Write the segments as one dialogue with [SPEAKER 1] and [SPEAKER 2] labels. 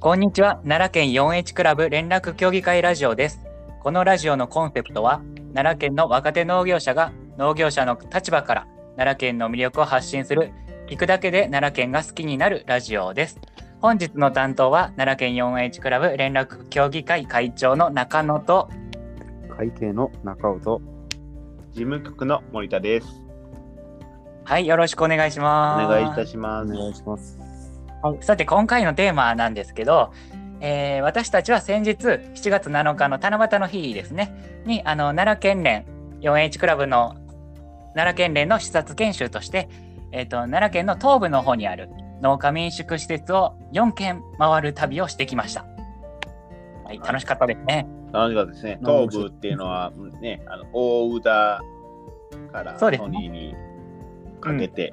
[SPEAKER 1] こんにちは奈良県 4H クラブ連絡協議会ラジオですこのラジオのコンセプトは奈良県の若手農業者が農業者の立場から奈良県の魅力を発信する聞くだけで奈良県が好きになるラジオです本日の担当は奈良県 4H クラブ連絡協議会会長の中野と
[SPEAKER 2] 会計の中尾と
[SPEAKER 3] 事務局の森田です。
[SPEAKER 1] はいよろしくお願いし
[SPEAKER 3] お
[SPEAKER 1] ます
[SPEAKER 3] 願いいたしま
[SPEAKER 2] お
[SPEAKER 3] す。
[SPEAKER 2] 願いします。
[SPEAKER 1] さて今回のテーマなんですけど、えー私たちは先日7月7日の七夕の日ですねにあの奈良県連 4H クラブの奈良県連の視察研修として、えー、と奈良県の東部の方にある農家民宿施設を4軒回る旅をしてきました。はい、楽しかったですね。
[SPEAKER 3] 楽しかったですね。東部っていうのはうんね、あの大宇田から
[SPEAKER 1] そうですね
[SPEAKER 3] ソニーにかけて、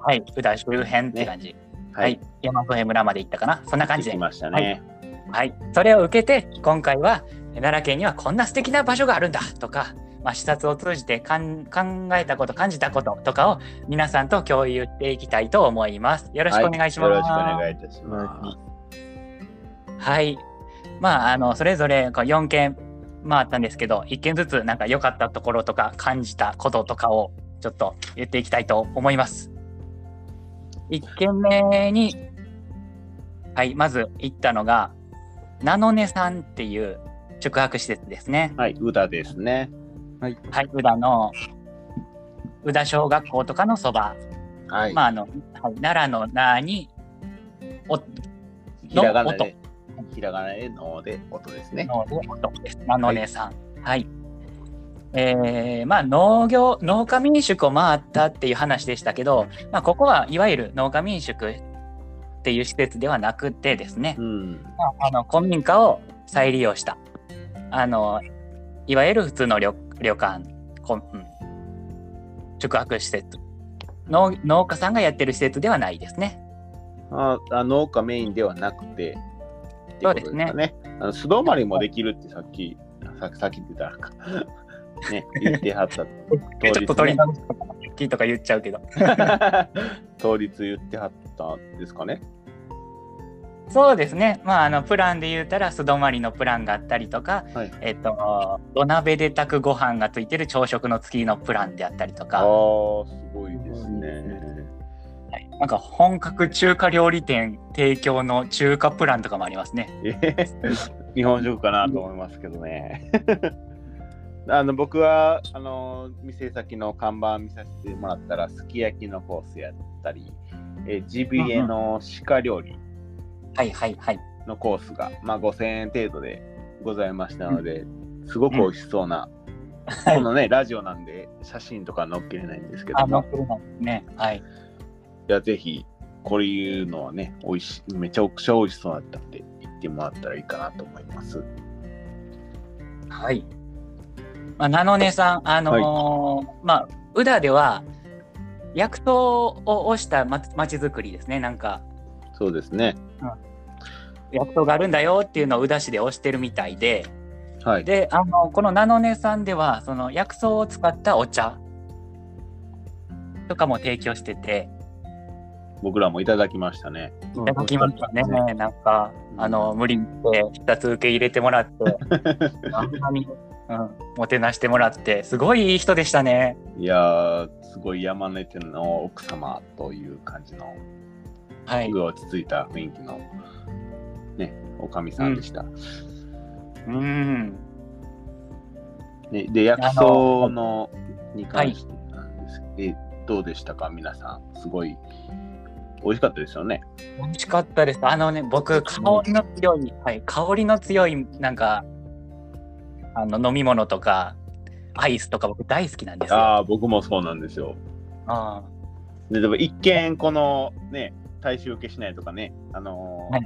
[SPEAKER 1] はい、宇田周辺って感じ。はい、
[SPEAKER 3] はい、
[SPEAKER 1] 山添村まで行ったかな。そんな感じ
[SPEAKER 3] 行
[SPEAKER 1] で
[SPEAKER 3] き。ましたね。
[SPEAKER 1] はい、それを受けて今回は奈良県にはこんな素敵な場所があるんだとか、まあ、視察を通じてかん考えたこと感じたこととかを皆さんと共有していきたいと思います。よろしくお願いします。
[SPEAKER 3] はよろしくお願いいたしま
[SPEAKER 1] はい。まあ、あの、それぞれこう4件回ったんですけど、1件ずつなんか良かったところとか感じたこととかをちょっと言っていきたいと思います。1件目に、はい、まず行ったのが、ナノネさんっていう宿泊施設ですね
[SPEAKER 3] す。。はい、宇田ですね。
[SPEAKER 1] はい、宇田の、宇田小学校とかのそば、
[SPEAKER 3] はい。
[SPEAKER 1] まあ、あの、はい奈良の名に、お、
[SPEAKER 3] ひらがなで、ひらがなでので音ですね。
[SPEAKER 1] 農業とです。ナノネさん。はい。えーまあ農業農家民宿を回ったっていう話でしたけど、まあ、ここはいわゆる農家民宿っていう施設ではなくてですね
[SPEAKER 3] う、ん。
[SPEAKER 1] まあ、あの古民家を再利用したあのいわゆる普通の旅旅館こ、うん、宿泊施設農農家さんがやってる施設ではないですね。
[SPEAKER 3] ああ農家メインではなくて、っていこと
[SPEAKER 1] そうです
[SPEAKER 3] ね。あの素泊まりもできるってさっき、ささっきって言ったらあ かんね、言ってはった。
[SPEAKER 1] ちょっと鳥の木とか言っちゃうけど。
[SPEAKER 3] 当日言ってはったんですかね。
[SPEAKER 1] そうですね、まあ、あのプランで言うたら素泊まりのプランがあったりとか、
[SPEAKER 3] はい
[SPEAKER 1] えっと、土鍋で炊くご飯がついてる朝食の月のプランであったりと
[SPEAKER 3] ああ
[SPEAKER 1] か、
[SPEAKER 3] ー、すごいですね。
[SPEAKER 1] はいなんか本格中華料理店提供の中華プランとかもあります ね。
[SPEAKER 3] えへへ日本食かなと思いますけどね。 あの僕はあの店先の看板見させてもらったらすき焼きのコースやったり、えージビエの鹿料理
[SPEAKER 1] はいはいはい。
[SPEAKER 3] のコースが、まあ、5000円程度でございましたので、すごく美味しそうな、
[SPEAKER 1] はい
[SPEAKER 3] このねラジオなんで写真とか載っけれないんですけ
[SPEAKER 1] あ
[SPEAKER 3] ど
[SPEAKER 1] の
[SPEAKER 3] も
[SPEAKER 1] 車ですね。はい。
[SPEAKER 3] いやぜひこういうのはね美味しいめちゃくちゃ美味しそうだったんで行ってもらったらいいかなと思います。
[SPEAKER 1] はい。まあ、ナノネさん、あのーまあ、宇田では薬草を推したまちづくりですね、なんか。
[SPEAKER 3] そうですね。
[SPEAKER 1] 薬草があるんだよっていうのを宇田市で推してるみたいで、
[SPEAKER 3] はい。
[SPEAKER 1] であのこのナノネさんではその薬草を使ったお茶とかも提供してて
[SPEAKER 3] 僕らもいただきましたね。
[SPEAKER 1] いただきましたね、
[SPEAKER 3] うん
[SPEAKER 1] なんかあの無理に2つ受け入れてもらってあんなに、うん、もてなしてもらってすごいいい人でしたね
[SPEAKER 3] いやー、すごい山根店の奥様という感じの、
[SPEAKER 1] は
[SPEAKER 3] す
[SPEAKER 1] い
[SPEAKER 3] ごい落ち着いた雰囲気の、ね、おかみさんでした。
[SPEAKER 1] うん
[SPEAKER 3] ね、で、薬草のに関してなんですけど、えどうでしたか、皆さん。すごい、美味しかったですよね。
[SPEAKER 1] 美味しかったですあのね僕香りの強い、はい、香りの強いなんかあの飲み物とかアイスとか僕大好きなんですよ
[SPEAKER 3] ああ、僕もそうなんですよ。
[SPEAKER 1] あ
[SPEAKER 3] で、でも一見、この、ね、大衆受けしないとかね、あのー
[SPEAKER 1] は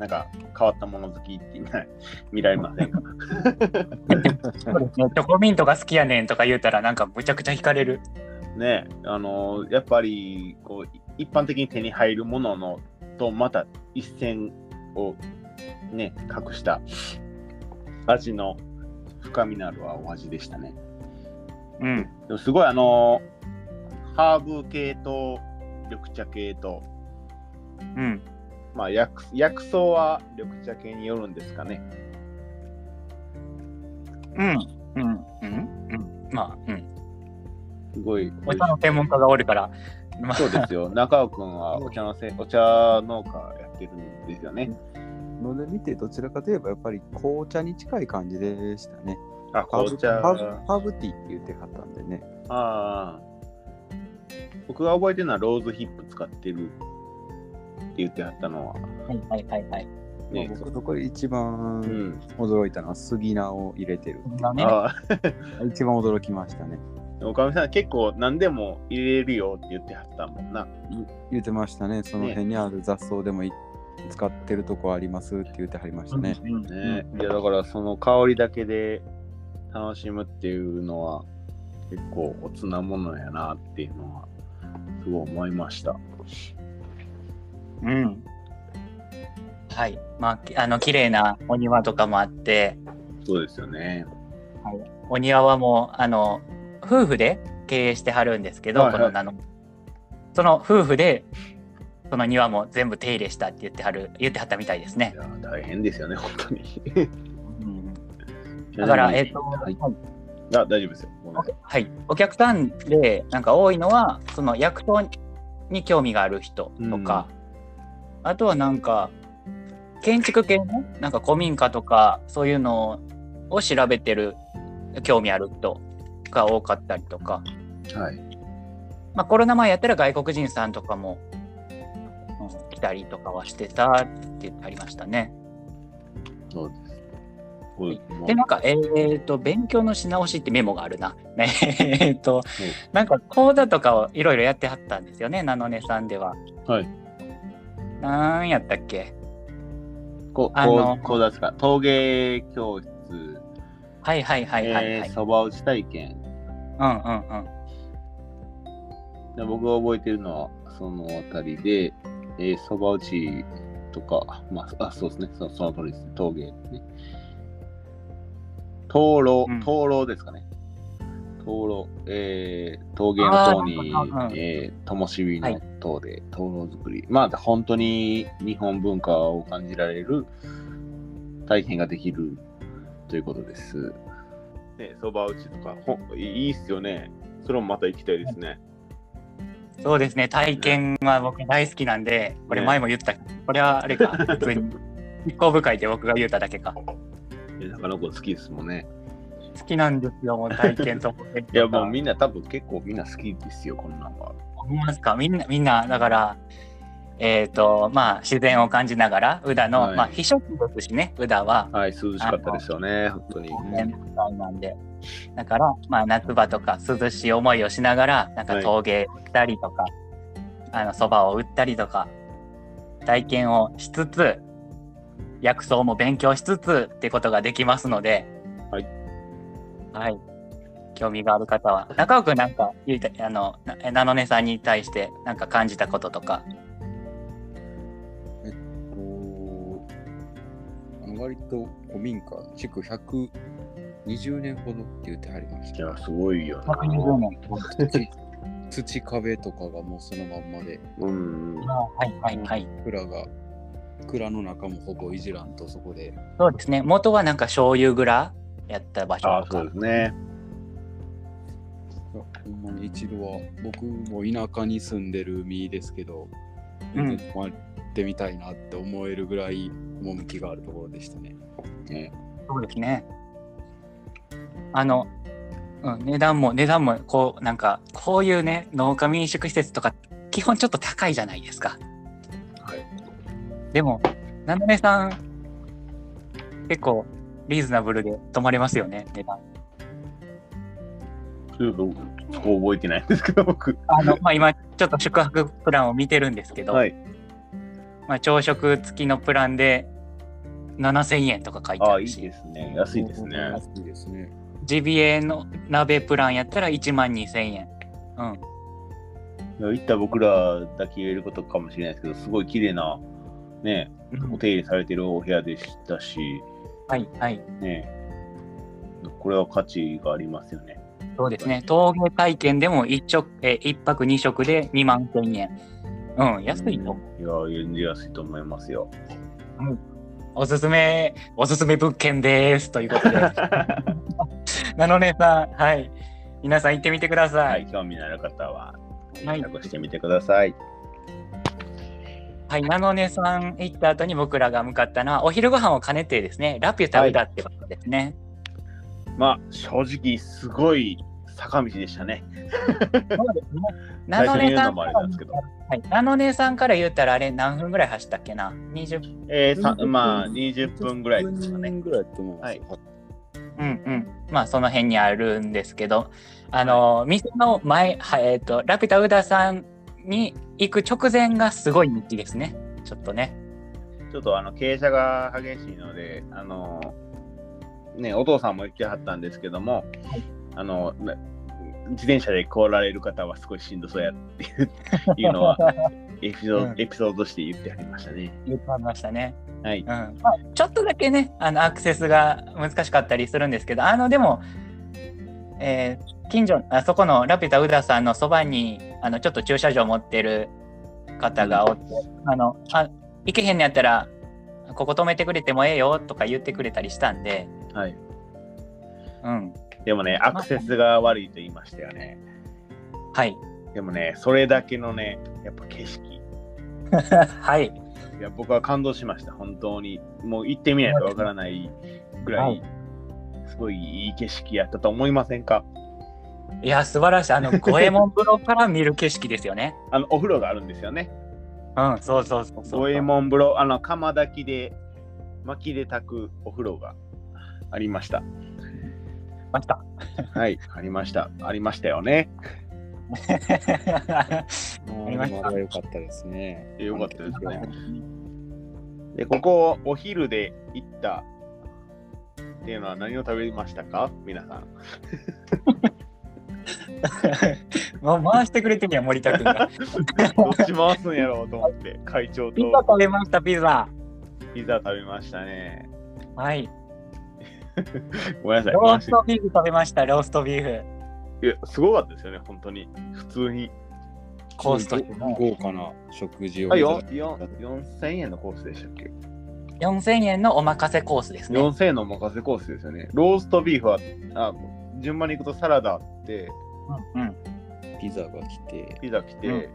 [SPEAKER 3] なんか変わったもの好きっていうのは 見られませんか
[SPEAKER 1] そうです ねチョコミントが好きやねんとか言うたらなんかむちゃくちゃ惹かれる
[SPEAKER 3] ねあのやっぱりこう一般的に手に入るもののとまた一線をね隠した味の深みのあるお味でしたね
[SPEAKER 1] うん
[SPEAKER 3] でもすごいあのハーブ系と緑茶系と
[SPEAKER 1] うん
[SPEAKER 3] まあ薬薬草は緑茶系によるんですかね。
[SPEAKER 1] うん、うん、うん、うん。まあ、うん。
[SPEAKER 3] すごい。
[SPEAKER 1] お茶の専門家がおるから、まあ、
[SPEAKER 3] そうです よ。中尾くんはお茶のせお茶農家やってるんですよね。
[SPEAKER 2] 飲んでみて、どちらかといえばやっぱり紅茶に近い感じでしたね。
[SPEAKER 3] あ、
[SPEAKER 2] ハーブ
[SPEAKER 3] 紅茶。
[SPEAKER 2] ハーブハーブティーって言ってはったんでね。
[SPEAKER 3] ああ。僕が覚えてるのはローズヒップ使ってるって言ってはったのは。
[SPEAKER 1] はいはいはいはい。
[SPEAKER 3] ね
[SPEAKER 2] まあ、僕そこで一
[SPEAKER 3] う
[SPEAKER 2] 番
[SPEAKER 3] ん。
[SPEAKER 2] 驚いたのは杉菜を入れてるっていう。
[SPEAKER 1] まあね、
[SPEAKER 3] あ
[SPEAKER 2] 一番驚きましたね。
[SPEAKER 3] あ、おかみさん結構何でも入れるよって言ってはったもんな。
[SPEAKER 2] い言ってましたね。その辺にある雑草でもい使ってるとこありますって言ってはりましたね。
[SPEAKER 1] うんうん
[SPEAKER 3] ね、いやだからその香りだけで楽しむっていうのは結構おつなものやなっていうのはすごい思いました。
[SPEAKER 1] うん。はい。まあき、あの、綺麗なお庭とかもあって、
[SPEAKER 3] そうですよね。
[SPEAKER 1] お庭はもう、あの、夫婦で経営してはるんですけど、
[SPEAKER 3] はいはい
[SPEAKER 1] この、あの、その夫婦で、その庭も全部手入れしたって言ってはる、言ってはったみたいです
[SPEAKER 3] い
[SPEAKER 1] ね。
[SPEAKER 3] や大変ですよね本当に。
[SPEAKER 1] だから、
[SPEAKER 3] いや
[SPEAKER 1] え
[SPEAKER 3] で
[SPEAKER 1] っと、
[SPEAKER 3] も
[SPEAKER 1] はい
[SPEAKER 3] あ大丈夫ですよ。ごめんなさい
[SPEAKER 1] はい。お客さんで、なんか多いのは、その薬草に興味がある人とか、あとはなんか、建築系の、なんか古民家とか、そういうのを調べてる、興味ある人が多かったりとか、
[SPEAKER 3] はい。
[SPEAKER 1] まあコロナ前やったら外国人さんとかも、うん来たりとかはしてたってありましたね。
[SPEAKER 3] そうです。こうもう
[SPEAKER 1] で、なんか、えー、と、勉強のし直しってメモがあるな。 えー、と
[SPEAKER 3] うん、
[SPEAKER 1] なんか講座とかをいろいろやってはったんですよね、ナノネさんでは。
[SPEAKER 3] はい。
[SPEAKER 1] なんやったっけ
[SPEAKER 3] こう
[SPEAKER 1] あの
[SPEAKER 3] こうこうですか陶芸教室
[SPEAKER 1] はいはいはいはいはい。
[SPEAKER 3] そば、蕎麦打ち体験
[SPEAKER 1] うんうんうん。
[SPEAKER 3] で僕が覚えてるのはそのあたりで、えー、そば打ちとか、まあ、あそうですねそその通りです陶芸ですね灯籠
[SPEAKER 1] うん
[SPEAKER 3] 灯籠ですかね、灯籠、えー、陶芸の塔に
[SPEAKER 1] あーなんかうん、
[SPEAKER 3] えー、灯火
[SPEAKER 1] は
[SPEAKER 3] の
[SPEAKER 1] い
[SPEAKER 3] 塔で灯籠作り、まあ本当に日本文化を感じられる体験ができるということです。ね、そば打ちとか、ほんいいっすよね。それもまた行きたいですね。
[SPEAKER 1] そうですね、体験は僕大好きなんで、これ前も言った、これはあれか、普通に。執行部会で僕が言うただけか。
[SPEAKER 3] え中野子好きですもんね。
[SPEAKER 1] 好きなんですよ、もう体験と。
[SPEAKER 3] いや、もうみんな多分結構みんな好きですよ、こんなんは。
[SPEAKER 1] 思いますかみんなみんなだからえっ、とまあ自然を感じながら宇田の、
[SPEAKER 3] はい
[SPEAKER 1] まあ避暑地ですしね宇田は
[SPEAKER 3] はい、涼しかったですよね、本当に。
[SPEAKER 1] 全部なんでだからまあ夏場とか涼しい思いをしながらなん
[SPEAKER 3] は
[SPEAKER 1] か
[SPEAKER 3] い
[SPEAKER 1] 陶芸したりとか、あのそばを売ったりとか体験をしつつ薬草も勉強しつつってことができますので
[SPEAKER 3] はい、
[SPEAKER 1] はい興味がある方は中尾くんなんか言いたいあのなナノネさんに対してなんか感じたこととか
[SPEAKER 2] こう割と古民家、築120年ほどって言ってはりまし
[SPEAKER 3] い。や、すごいよな。
[SPEAKER 1] 120年
[SPEAKER 2] 土土壁とかがもうそのまんまで、
[SPEAKER 3] うん。
[SPEAKER 1] はいはいはい
[SPEAKER 2] 蔵が、蔵の中もほぼいじらんとそこで、
[SPEAKER 1] そうですね元はなんか醤油蔵やった場所
[SPEAKER 3] あ
[SPEAKER 1] と
[SPEAKER 3] そ
[SPEAKER 1] か
[SPEAKER 3] うですね。
[SPEAKER 2] いやほんまに一度は僕も田舎に住んでる身ですけど、
[SPEAKER 1] うん
[SPEAKER 2] 全然泊まってみたいなって思えるぐらい趣があるところでしたね。
[SPEAKER 3] ね
[SPEAKER 1] そうですね。あの、うん、値段も、値段も、こう、なんか、こういうね、農家民宿施設とか、基本ちょっと高いじゃないですか。
[SPEAKER 3] はい。
[SPEAKER 1] でも、ななめさん、結構、リーズナブルで泊まれますよね、値段。
[SPEAKER 3] ちょっと僕、そこ覚えてないんですけど、僕。
[SPEAKER 1] あ の、まあ、今、ちょっと宿泊プランを見てるんですけど、
[SPEAKER 3] はい。
[SPEAKER 1] まあ、朝食付きのプランで、7000円とか書いて
[SPEAKER 3] あ
[SPEAKER 1] あ
[SPEAKER 3] あ、い
[SPEAKER 1] る
[SPEAKER 3] い
[SPEAKER 1] し、
[SPEAKER 3] ですね。安いですね。
[SPEAKER 2] いいですね。
[SPEAKER 1] ジビエの鍋プランやったら1万2000円。うん。
[SPEAKER 3] いや行った僕らだけ言えることかもしれないですけど、すごい綺麗な、ね、お手入れされてるお部屋でしたし、
[SPEAKER 1] はい、はい。
[SPEAKER 3] ね、これは価値がありますよね。
[SPEAKER 1] そうですね、陶芸体験でも一食、えー一泊二食で2万1000円、うん、安いよ。
[SPEAKER 3] よ。いや、安いと思いますよ。
[SPEAKER 1] おすすめ、おすすめ物件です。ということ で、なのねさん、はい。皆さん行ってみてくださ。
[SPEAKER 3] はいい、興味のある方
[SPEAKER 1] は
[SPEAKER 3] は、
[SPEAKER 1] い
[SPEAKER 3] 検索してみてください。
[SPEAKER 1] はい、なのねさん行った後に僕らが向かったのは、お昼ご飯を兼ねてですね、ラピュタ歌って場所ですね。
[SPEAKER 3] まあ、正直、すごい坂道でしたね。
[SPEAKER 1] なのねさんから、
[SPEAKER 3] 最初に言うのもあれなんですけど。
[SPEAKER 1] はい、なのねさんから言ったら、あれ何分ぐらい走ったっけな ?20
[SPEAKER 3] えー、さまあ、20分ぐらいですかね。
[SPEAKER 2] 10分ぐらいだと思いますよ。
[SPEAKER 1] うんうん、まあその辺にあるんですけどあの、店の前、はえっとラピュタウダさんに行く直前がすごい道ですねちょっとね
[SPEAKER 3] ちょっとあの傾斜が激しいので、あのね、お父さんも言ってはったんですけども、あのな自転車で来られる方はすごいしんどそうやっていういうのはエピソード、
[SPEAKER 1] うん
[SPEAKER 3] エピソードとして言ってありましたね。
[SPEAKER 1] 言ってましたね、
[SPEAKER 3] はい
[SPEAKER 1] うん、まあちょっとだけねあのアクセスが難しかったりするんですけどあのでも、えー近所あそこのラピュタウダさんのそばにあのちょっと駐車場持ってる方がおって、あのあ行けへんのやったらここ止めてくれてもええよとか言ってくれたりしたんで、
[SPEAKER 3] はい、
[SPEAKER 1] うん、
[SPEAKER 3] でもね、アクセスが悪いと言いましたよね。
[SPEAKER 1] はい。
[SPEAKER 3] でもね、それだけのね、やっぱ景色。い
[SPEAKER 1] はい。
[SPEAKER 3] や僕は感動しました、本当に。もう行ってみないとわからないぐら
[SPEAKER 1] はい
[SPEAKER 3] い、すごいいい景色やったと思いませんか
[SPEAKER 1] いや、素晴らしい。 あの、五右衛門風呂から見る景色ですよね。
[SPEAKER 3] あのお風呂があるんですよね。
[SPEAKER 1] うん、そうそうそうそう。
[SPEAKER 3] 五右衛門風呂、あの、釜炊きで、薪で炊くお風呂がありました。
[SPEAKER 1] ました。
[SPEAKER 3] はい、ありました。ありましたよね。
[SPEAKER 2] あ
[SPEAKER 1] ありました
[SPEAKER 2] あれは良かったですね。
[SPEAKER 3] え良かったですね。で、ここ、お昼で行ったっていうのは何を食べましたか皆さ ん。
[SPEAKER 1] もう回してくれてみよ、森田君 が。
[SPEAKER 3] どっち回すんやろうと思って、会長
[SPEAKER 1] ピザ
[SPEAKER 3] と
[SPEAKER 1] 食べました、ピザ。
[SPEAKER 3] ピザ食べましたね。
[SPEAKER 1] はい。
[SPEAKER 3] ごめんなさい
[SPEAKER 1] ロー
[SPEAKER 3] 回し
[SPEAKER 1] ストビーフ食べました、ローストビーフ。
[SPEAKER 3] て。いや、すごかったですよね、本当に。普通に。
[SPEAKER 1] コースとしても
[SPEAKER 2] 豪華な食事を。
[SPEAKER 3] あ、よよ4000円のコースでしたっけ
[SPEAKER 1] 4000円のお任せコースですね。
[SPEAKER 3] 4000円のお任せコースですよね。ローストビーフは、あ順番に行くとサラダあって、
[SPEAKER 1] うんうん。
[SPEAKER 2] ピザが来て、
[SPEAKER 3] ピザ来て、
[SPEAKER 1] う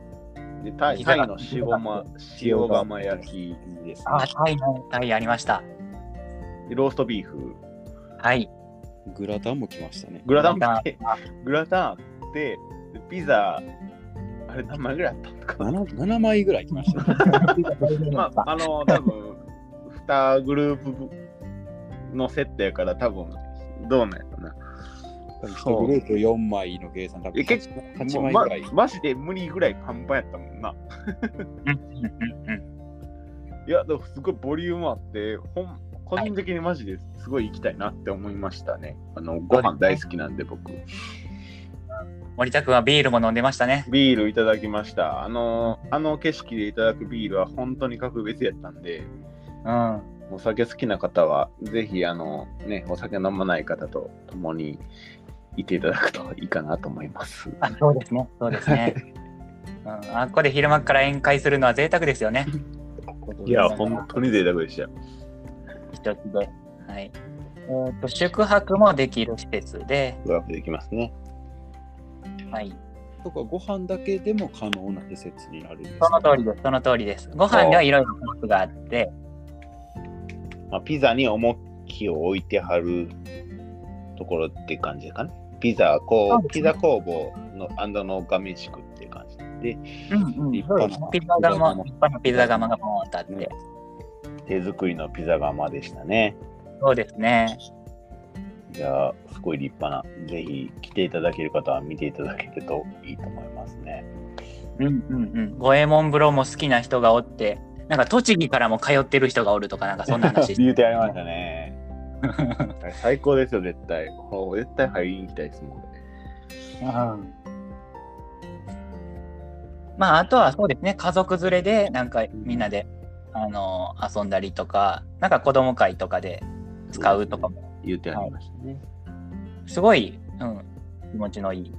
[SPEAKER 3] でタイ
[SPEAKER 1] ピザ
[SPEAKER 3] タイ
[SPEAKER 1] が
[SPEAKER 3] の塩釜塩釜焼き、
[SPEAKER 2] いいですね。
[SPEAKER 1] あ、タイの、タイありました。
[SPEAKER 3] でローストビーフ、
[SPEAKER 1] はい。
[SPEAKER 2] グラタンも来ましたね。
[SPEAKER 3] グラタン来て、グラタンあって、でピザ、あれ何枚ぐらいあったのかな、
[SPEAKER 2] 7, 7枚ぐらい来ました ね。
[SPEAKER 3] まあ、あの、多分2グループのセットやから、多分どうなんやろな。
[SPEAKER 2] 1グループ4枚の計算多分
[SPEAKER 3] え結
[SPEAKER 2] 8
[SPEAKER 3] もう
[SPEAKER 2] 枚ぐ
[SPEAKER 3] ま
[SPEAKER 2] らい。
[SPEAKER 3] マジで無理ぐらいパンパンやったもんな。
[SPEAKER 1] うんうんうんうん
[SPEAKER 3] いや、でもすごいボリュームあって、ほん個人的にマジですごい行きたいなって思いましたね。あのご飯大好きなんで僕。
[SPEAKER 1] 森田君はビールも飲んでましたね。
[SPEAKER 3] ビールいただきました。あのあの景色でいただくビールは本当に格別やったんで、
[SPEAKER 1] うん。
[SPEAKER 3] お酒好きな方はぜひあのねお酒飲まない方と共にいていただくといいかなと思います。
[SPEAKER 1] あ、そうですね。そうですね。うん、あっこで昼間から宴会するのは贅沢ですよね。
[SPEAKER 3] いや本当に贅沢でしたよ。
[SPEAKER 1] 一つで、はいえー、と宿泊もできる施設で、
[SPEAKER 3] ドラフできますね。
[SPEAKER 1] はい、
[SPEAKER 2] とかご飯だけでも可能な施設になるんです、ね。
[SPEAKER 1] その通りですその通りですご飯にはいろいろコースがあって
[SPEAKER 3] まあ、ピザに重きを置いてはるところって感じかな。ピザ
[SPEAKER 1] そう
[SPEAKER 3] こ
[SPEAKER 1] です
[SPEAKER 3] う
[SPEAKER 1] ね
[SPEAKER 3] ピザ工房のアンドのガメ宿っていう感じで
[SPEAKER 1] うんうん
[SPEAKER 2] 立派な
[SPEAKER 1] ピザ窯立派なピザ窯がもう立って、
[SPEAKER 2] ね
[SPEAKER 3] 手作りのピザ窯でしたね。
[SPEAKER 1] そうですね
[SPEAKER 3] いやーすごい立派な。ぜひ来ていただける方は見ていただけるといいと思いますね。
[SPEAKER 1] うんうんうん五右衛門風呂も好きな人がおってなんか栃木からも通ってる人がおるとかなんかそんな話
[SPEAKER 3] 言うてありましたね。 最高ですよ、絶対。これ絶対入りに行きたいですもんね。
[SPEAKER 1] まああとはそうですね家族連れでなんかみんなで、あの遊んだりとかなんか子供会とかで使うとかも
[SPEAKER 3] 言うてありましたね。
[SPEAKER 1] すごい、うん、気持ちのいい、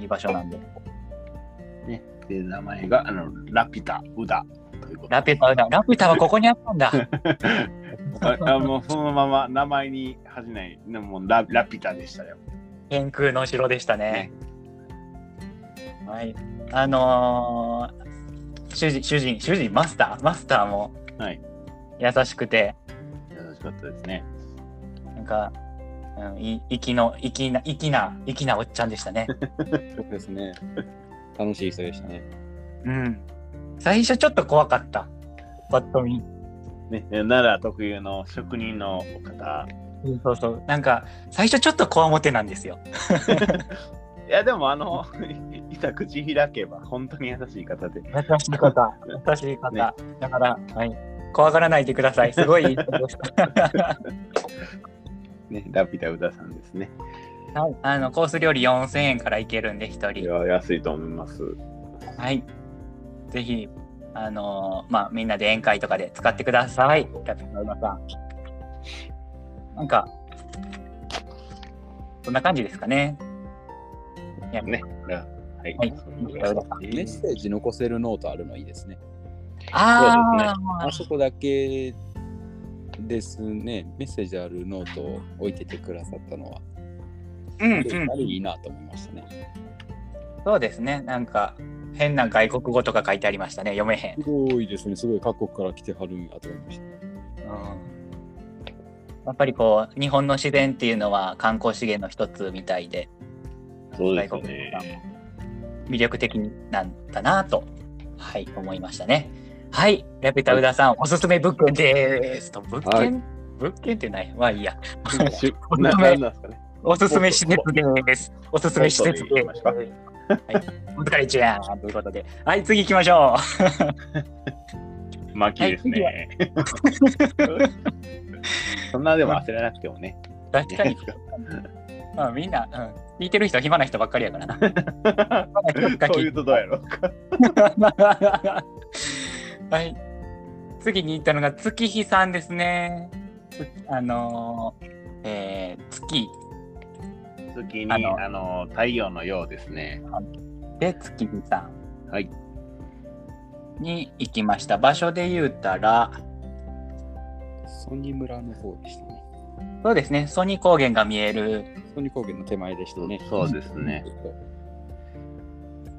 [SPEAKER 1] いい場所なんで。
[SPEAKER 3] ねていう名前があのラピュタウダということで
[SPEAKER 1] ラピュタ、ラピュタはここにあったんだ。
[SPEAKER 3] あ あもうそのまま名前に恥じないでもララピュタでしたよ。
[SPEAKER 1] 天空の城でしたね。はい。あのー主人、主人、主人、マスター、マスターも
[SPEAKER 3] はい
[SPEAKER 1] 優しくて、
[SPEAKER 3] 優しかったですね。
[SPEAKER 1] なんか、うん、い粋の、粋な、粋な、粋なおっちゃんでしたね。
[SPEAKER 2] そうですね。楽しい人でしたね。
[SPEAKER 1] うん。最初ちょっと怖かった。パッと見。
[SPEAKER 3] ね奈良特有の職人のお方。
[SPEAKER 1] そうそう。なんか、最初ちょっとこわもてなんですよ。
[SPEAKER 3] いやでもあの いざ口開けば本当に優しい方で。
[SPEAKER 1] 優しい方、優しい方。
[SPEAKER 3] ね
[SPEAKER 1] だから、はい、怖がらないでください。すごいいい人でした。
[SPEAKER 3] ね、ラピュタウダさんですね。
[SPEAKER 1] はい、あのコース料理4000円からいけるんで、1
[SPEAKER 3] い
[SPEAKER 1] 人。
[SPEAKER 3] や安いと思います。
[SPEAKER 1] はい。ぜひ、あのーまあ、みんなで宴会とかで使ってください。ラピュタウダさん。なんか、こんな感じですかね。いや
[SPEAKER 3] ね。ラはい
[SPEAKER 1] はい
[SPEAKER 3] そん
[SPEAKER 1] ラ
[SPEAKER 3] な
[SPEAKER 1] ピュタウダ
[SPEAKER 3] 感
[SPEAKER 1] さん。
[SPEAKER 3] じ
[SPEAKER 2] メッセージ残せるノートあるのいいですね。
[SPEAKER 1] あー、
[SPEAKER 2] あそこだけですね。メッセージあるノートを置いててくださったのは、
[SPEAKER 1] うん
[SPEAKER 2] あ
[SPEAKER 1] うん。
[SPEAKER 2] れいいなと思いましたね。
[SPEAKER 1] そうですね。なんか、変な外国語とか書いてありましたね。読めへん。
[SPEAKER 2] すごいですね。すごい各国から来てはるんやと思いました。
[SPEAKER 1] やっぱりこう日本の自然っていうのは観光資源の一つみたいで
[SPEAKER 3] そうです
[SPEAKER 1] 外国の方
[SPEAKER 3] ね。
[SPEAKER 1] 魅力的なんだなと、はい、思いましたね。はい、ラピュタ宇田さん、おすすめ物件ですと。物件、
[SPEAKER 3] はい
[SPEAKER 1] 物件ってないまあいいや。
[SPEAKER 3] し
[SPEAKER 1] おす
[SPEAKER 3] な
[SPEAKER 1] す
[SPEAKER 3] な
[SPEAKER 1] め
[SPEAKER 3] んなんですかね。
[SPEAKER 1] おすすめ施設です。おすすめ施設
[SPEAKER 3] ポ
[SPEAKER 1] で
[SPEAKER 3] ンポン
[SPEAKER 1] す。
[SPEAKER 3] と
[SPEAKER 1] は
[SPEAKER 3] 言
[SPEAKER 1] い、お疲れちゃんということで。はい、次行きましょう。
[SPEAKER 3] 巻きですね。そんなでも焦らなくてもね。
[SPEAKER 1] 確かに、まあ、みんな、うん、聞いてる人、暇な人ばっかりやから な。
[SPEAKER 3] そういうとどうやろ
[SPEAKER 1] はい。次に行ったのが月日さんですね。あのーえー月
[SPEAKER 3] 次に
[SPEAKER 1] あ
[SPEAKER 3] あ
[SPEAKER 1] の
[SPEAKER 3] の太陽のようですね。
[SPEAKER 1] で月日さ
[SPEAKER 3] はい。
[SPEAKER 1] んに行きました。場所で言うたら、
[SPEAKER 2] ソニ村の方でしたね。
[SPEAKER 1] そうですね、ソニー高原が見える
[SPEAKER 2] ソニ高原の手前でしたね。
[SPEAKER 3] そうですね。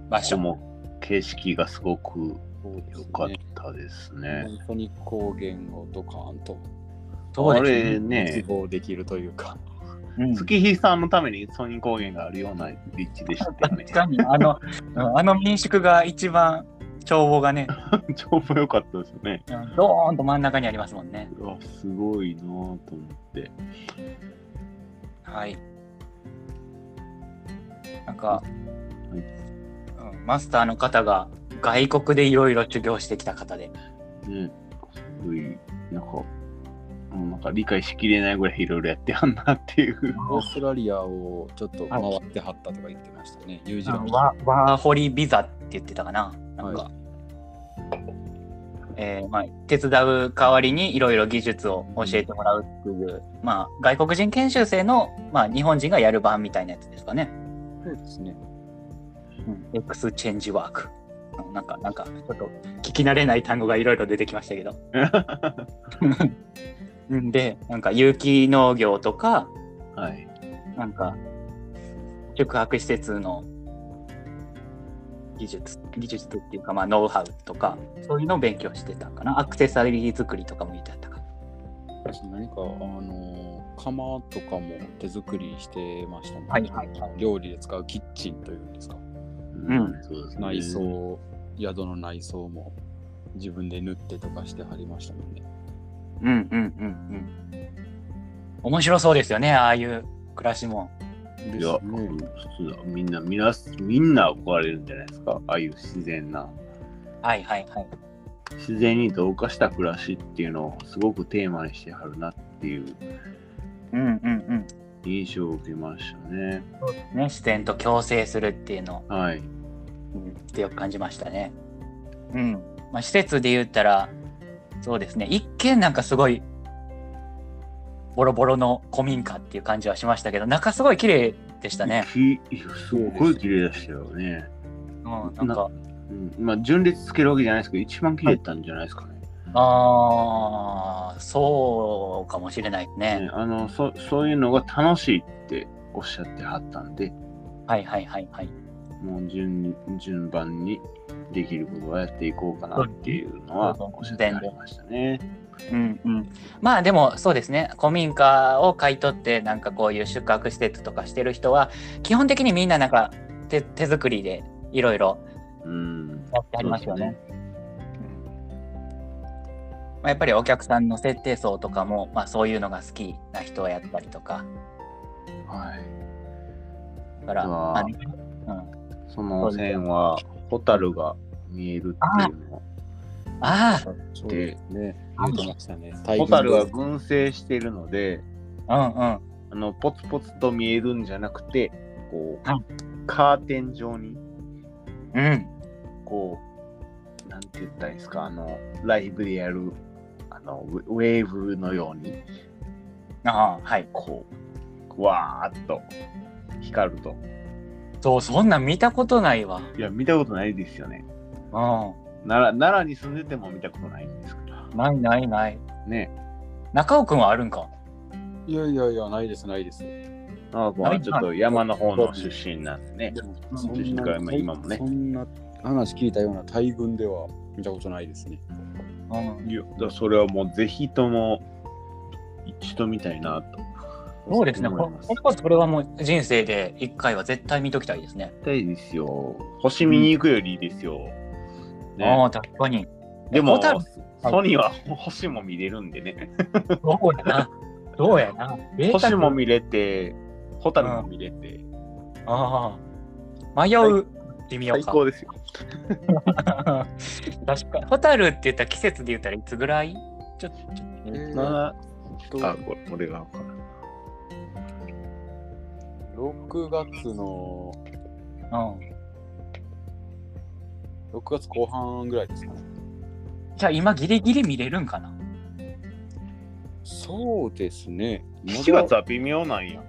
[SPEAKER 1] 場
[SPEAKER 3] ここ
[SPEAKER 1] 所。
[SPEAKER 3] も景色がすごく
[SPEAKER 2] そうで
[SPEAKER 3] 良
[SPEAKER 2] すね。
[SPEAKER 3] かったですね。
[SPEAKER 2] ソニ高原をドカーンと
[SPEAKER 1] そう
[SPEAKER 3] あ
[SPEAKER 1] です
[SPEAKER 3] れ
[SPEAKER 1] ね。
[SPEAKER 2] 一
[SPEAKER 3] ね、
[SPEAKER 2] 望できるという
[SPEAKER 1] う
[SPEAKER 2] か。
[SPEAKER 1] ん
[SPEAKER 3] 月日さんのためにソニー高原があるような立地でしたよね
[SPEAKER 1] 確。かに、あの、うんあの民宿が一番、眺望がね、
[SPEAKER 3] 超も良かったですね。
[SPEAKER 1] うんドーンと真ん中にありますもんね。
[SPEAKER 3] うわ、すごいなぁと思って。
[SPEAKER 1] はい。なんか、うんマスターの方が外国でいろいろ授業してきた方で、
[SPEAKER 3] ね、すごい、なんか、もうなんか理解しきれないぐらいいろいろやってはんなっていう。
[SPEAKER 2] オーストラリアをちょっと回ってはったとか言ってましたね。ニュージーランド。
[SPEAKER 1] ワワーホリビザって言ってたかな。なんか、
[SPEAKER 2] は
[SPEAKER 1] えーまあ、手伝う代わりにいろいろ技術を教えてもらうっていう、まあ、外国人研修生の、まあ、日本人がやる版みたいなやつですかね。
[SPEAKER 2] そうですね。
[SPEAKER 1] エクスチェンジワーク。なんか、なんか、ちょっと聞き慣れない単語がいろいろ出てきましたけど。 うんで、なんか有機農業とか、
[SPEAKER 3] はい。
[SPEAKER 1] なんか、宿泊施設の技術、技術っていうか、まあ、ノウハウとか、そういうのを勉強してたかな。アクセサリー作りとかも言ってたかな。
[SPEAKER 2] 何か、あのー、釜とかも手作りしてましたね。
[SPEAKER 1] はいはいはい
[SPEAKER 2] 料理で使うキッチンというんですか。
[SPEAKER 1] ん
[SPEAKER 3] そうですね
[SPEAKER 2] 内装、宿の内装も自分で縫ってとかしてはりましたもんね。
[SPEAKER 1] うんうんうんうん。面白そうですよね、ああいう暮らしも。
[SPEAKER 2] で
[SPEAKER 3] いや、
[SPEAKER 2] す
[SPEAKER 3] うん
[SPEAKER 2] ね。
[SPEAKER 3] そうだみんな、みな、みんな憧れるんじゃないですか。ああいう自然な、
[SPEAKER 1] はいはいはい。
[SPEAKER 3] 自然に同化した暮らしっていうのをすごくテーマにしてはるなっていう
[SPEAKER 1] うんうんうん。
[SPEAKER 3] 印象を受けましたね。
[SPEAKER 1] ね、自然と共生するっていうの
[SPEAKER 3] はい。
[SPEAKER 1] ってよく感じましたね。うん。まあ、施設で言ったら、そうですね、一見なんかすごい、ボロボロの古民家っていう感じはしましたけど、中すごい綺麗でしたね。
[SPEAKER 3] きいやすごい綺麗でしたよね。
[SPEAKER 1] うん、なんか、
[SPEAKER 3] うんまあ、純烈つけるわけじゃないですけど、一番綺麗だったんじゃないですかね。
[SPEAKER 1] ああ、そうかもしれないですね。
[SPEAKER 3] ねあのそそういうのが楽しいっておっしゃってはったんで、
[SPEAKER 1] はいはいはいはい。
[SPEAKER 3] もう順順番にできることはやっていこうかなっていうのはおっしゃってはりましたね。
[SPEAKER 1] うんうん、まあでもそうですね古民家を買い取ってなんかこういう宿泊施設とかしてる人は基本的にみんななんか手手作りでいろいろ
[SPEAKER 3] うん。
[SPEAKER 1] やってありますよね。まあやっぱりお客さんの設定層とかも、まあ、そういうのが好きな人やったりとか
[SPEAKER 3] はい。
[SPEAKER 1] だから
[SPEAKER 3] うわ
[SPEAKER 1] あの
[SPEAKER 3] その線は、ホタルが見えるっていうのを
[SPEAKER 1] あ
[SPEAKER 2] そうですね。言うてましたね。
[SPEAKER 3] ホタルは群生しているので、
[SPEAKER 1] あ
[SPEAKER 3] あのポツポツと見えるんじゃなくて、こう、
[SPEAKER 1] は
[SPEAKER 3] カーテン状に、
[SPEAKER 1] うんうんうん
[SPEAKER 3] こう、なんて言ったらいいですか、あの、ライブでやる、あの、ウェウェーブのように、
[SPEAKER 1] ああはい
[SPEAKER 3] こう、わーっと光ると。
[SPEAKER 1] そうそんなん見たことないわ。
[SPEAKER 3] いや、見たことないですよね。
[SPEAKER 1] う
[SPEAKER 3] 奈良奈良に住んでても見たことないんですから。
[SPEAKER 1] ん、ないないない。
[SPEAKER 3] ね
[SPEAKER 1] 中尾くんはあるんか
[SPEAKER 2] いやいやいや、ないです、ないです。
[SPEAKER 3] ああ、
[SPEAKER 1] はい
[SPEAKER 3] ちょっと山の方の出身なんでね。
[SPEAKER 2] そ
[SPEAKER 3] 中心からまあ今もね
[SPEAKER 2] そんな話聞いたような大群では見たことないですね。
[SPEAKER 1] うん
[SPEAKER 3] いや、だからそれはもうぜひとも一度見たいなと。
[SPEAKER 1] そうですね。
[SPEAKER 3] 思い
[SPEAKER 1] こ
[SPEAKER 3] ます
[SPEAKER 1] これこそこれはもう人生で一回は絶対見ときたいですね。
[SPEAKER 3] 絶対ですよ。星見に行くよりいいですよ。
[SPEAKER 1] あ
[SPEAKER 3] ね、
[SPEAKER 1] あ、確かに。
[SPEAKER 3] でも
[SPEAKER 1] ホタル、
[SPEAKER 3] ソニーは星も見れるんでね。
[SPEAKER 1] そうやな。そうやな。贅沢
[SPEAKER 3] 星も見れて、ホタルも見れて、
[SPEAKER 1] ああ。迷う微妙
[SPEAKER 3] 最
[SPEAKER 1] か。
[SPEAKER 3] 高ですよ。
[SPEAKER 1] 確かに。ホタルって言ったら季節で言ったらいつぐらいちょっと。
[SPEAKER 2] えー
[SPEAKER 3] なあ、
[SPEAKER 2] っと
[SPEAKER 3] これ俺が合うかな。
[SPEAKER 2] 6月の
[SPEAKER 1] うん。
[SPEAKER 2] 6月後半ぐらいですかね。
[SPEAKER 1] じゃあ今ギリギリ見れるんかな
[SPEAKER 2] そうですね。まだ
[SPEAKER 3] 7月は微妙なんや。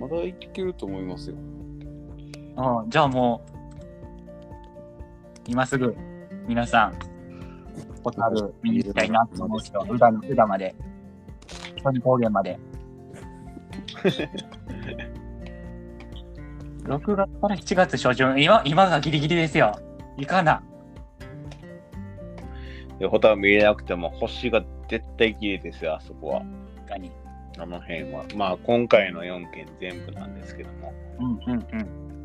[SPEAKER 2] まだいけると思いますよ。
[SPEAKER 1] うん。じゃあもう、今すぐ皆さん、ホタル見に行きたいなと思う人は、宇田の宇田まで、ソニ高原ま で。6月から7月初旬、今今がギリギリですよ。行かな。
[SPEAKER 3] でホタル見れなくても星が絶対綺麗ですよ、あそこは。
[SPEAKER 1] 確かに。
[SPEAKER 3] あの辺は。まあ今回の4件全部なんですけども、
[SPEAKER 1] うんうんう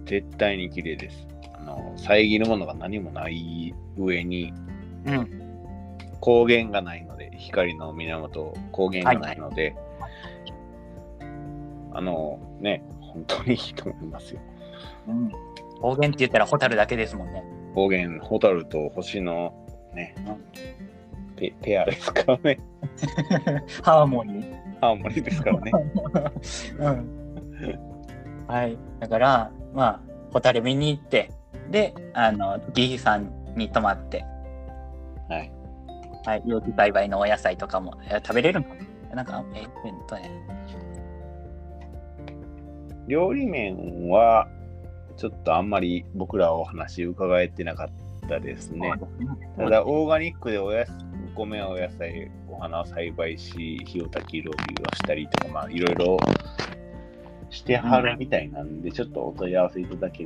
[SPEAKER 1] ん。
[SPEAKER 3] 絶対に綺麗です。あの遮るものが何もない上に
[SPEAKER 1] うん、
[SPEAKER 3] 光源がないので、光の源、光源がないので、あのね、本当にいいと思いますよ。
[SPEAKER 1] うん。高原って言ったらホタルだけですもんね。
[SPEAKER 3] 光源、ホタルと星のね、ペペアですからね、
[SPEAKER 1] ハーモニー。
[SPEAKER 3] ハーモニーですからね。
[SPEAKER 1] うん。はい。だから、まあ、ホタル見に行って、で、あの、ギーさんに泊まって、
[SPEAKER 3] はい。
[SPEAKER 1] はい、有機栽培のお野菜とかもえ食べれるのかななんか、ええっとね、
[SPEAKER 3] 料理面はちょっとあんまり僕らお話伺えてなかったですね。ただオーガニックでおやすお米やお野菜、お花を栽培し、火を焚き料理をしたりとか、まあいろいろしてはるみたいなんで、ちょっとお問い合わせいただけ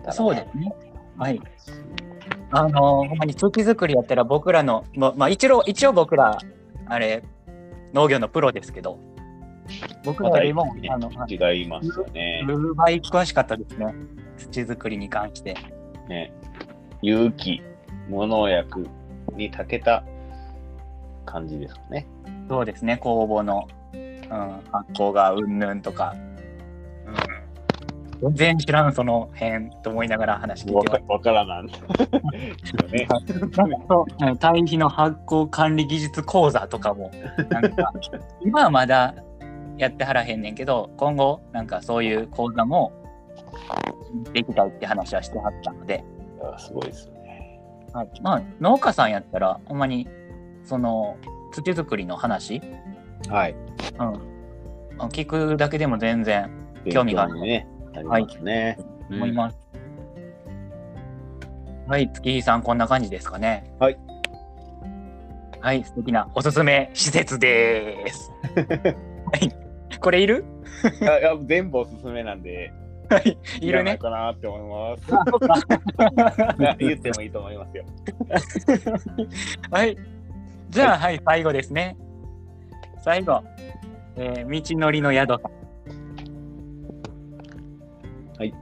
[SPEAKER 3] たら。
[SPEAKER 1] そうですね。はい。あのほんまに土作りやったら僕らの、ままあ、一応一応僕らあれ農業のプロですけど僕らよりも、あの
[SPEAKER 3] 違いますよね。
[SPEAKER 1] 10倍詳しかったですね土作りに関して
[SPEAKER 3] ね有機、無農薬に長けた感じですかね。
[SPEAKER 1] そうですね工房の、うん、発酵がうんぬんとか全然知らんその辺と思いながら話聞い
[SPEAKER 3] わ
[SPEAKER 1] て
[SPEAKER 3] か わからなん。ですよ ね。
[SPEAKER 1] なんかそううん堆肥の発酵管理技術講座とかもなんか 今はまだやってはらへんねんけど今後なんかそういう講座もできたいって話はしてはったので、
[SPEAKER 3] いやすごいですよね。
[SPEAKER 1] はい、まあ農家さんやったらほんまにその土作りの話、
[SPEAKER 3] はい。
[SPEAKER 1] うん、聞くだけでも全然興味がある
[SPEAKER 3] 勉強にね。ありますね。
[SPEAKER 1] 思います。はい、月日さん、こんな感じですかね。
[SPEAKER 3] はい。
[SPEAKER 1] はい、素敵なおすすめ施設 です。はい。これいる
[SPEAKER 3] いやいや全部おすすめなんで、
[SPEAKER 1] はい。い
[SPEAKER 3] ら
[SPEAKER 1] る
[SPEAKER 3] な
[SPEAKER 1] ね。
[SPEAKER 3] かなって思い ます。言ってもいいと思いますよ。
[SPEAKER 1] はい。じゃあ、はい、最後ですね。最後。えー道のりの宿さん。
[SPEAKER 3] はい。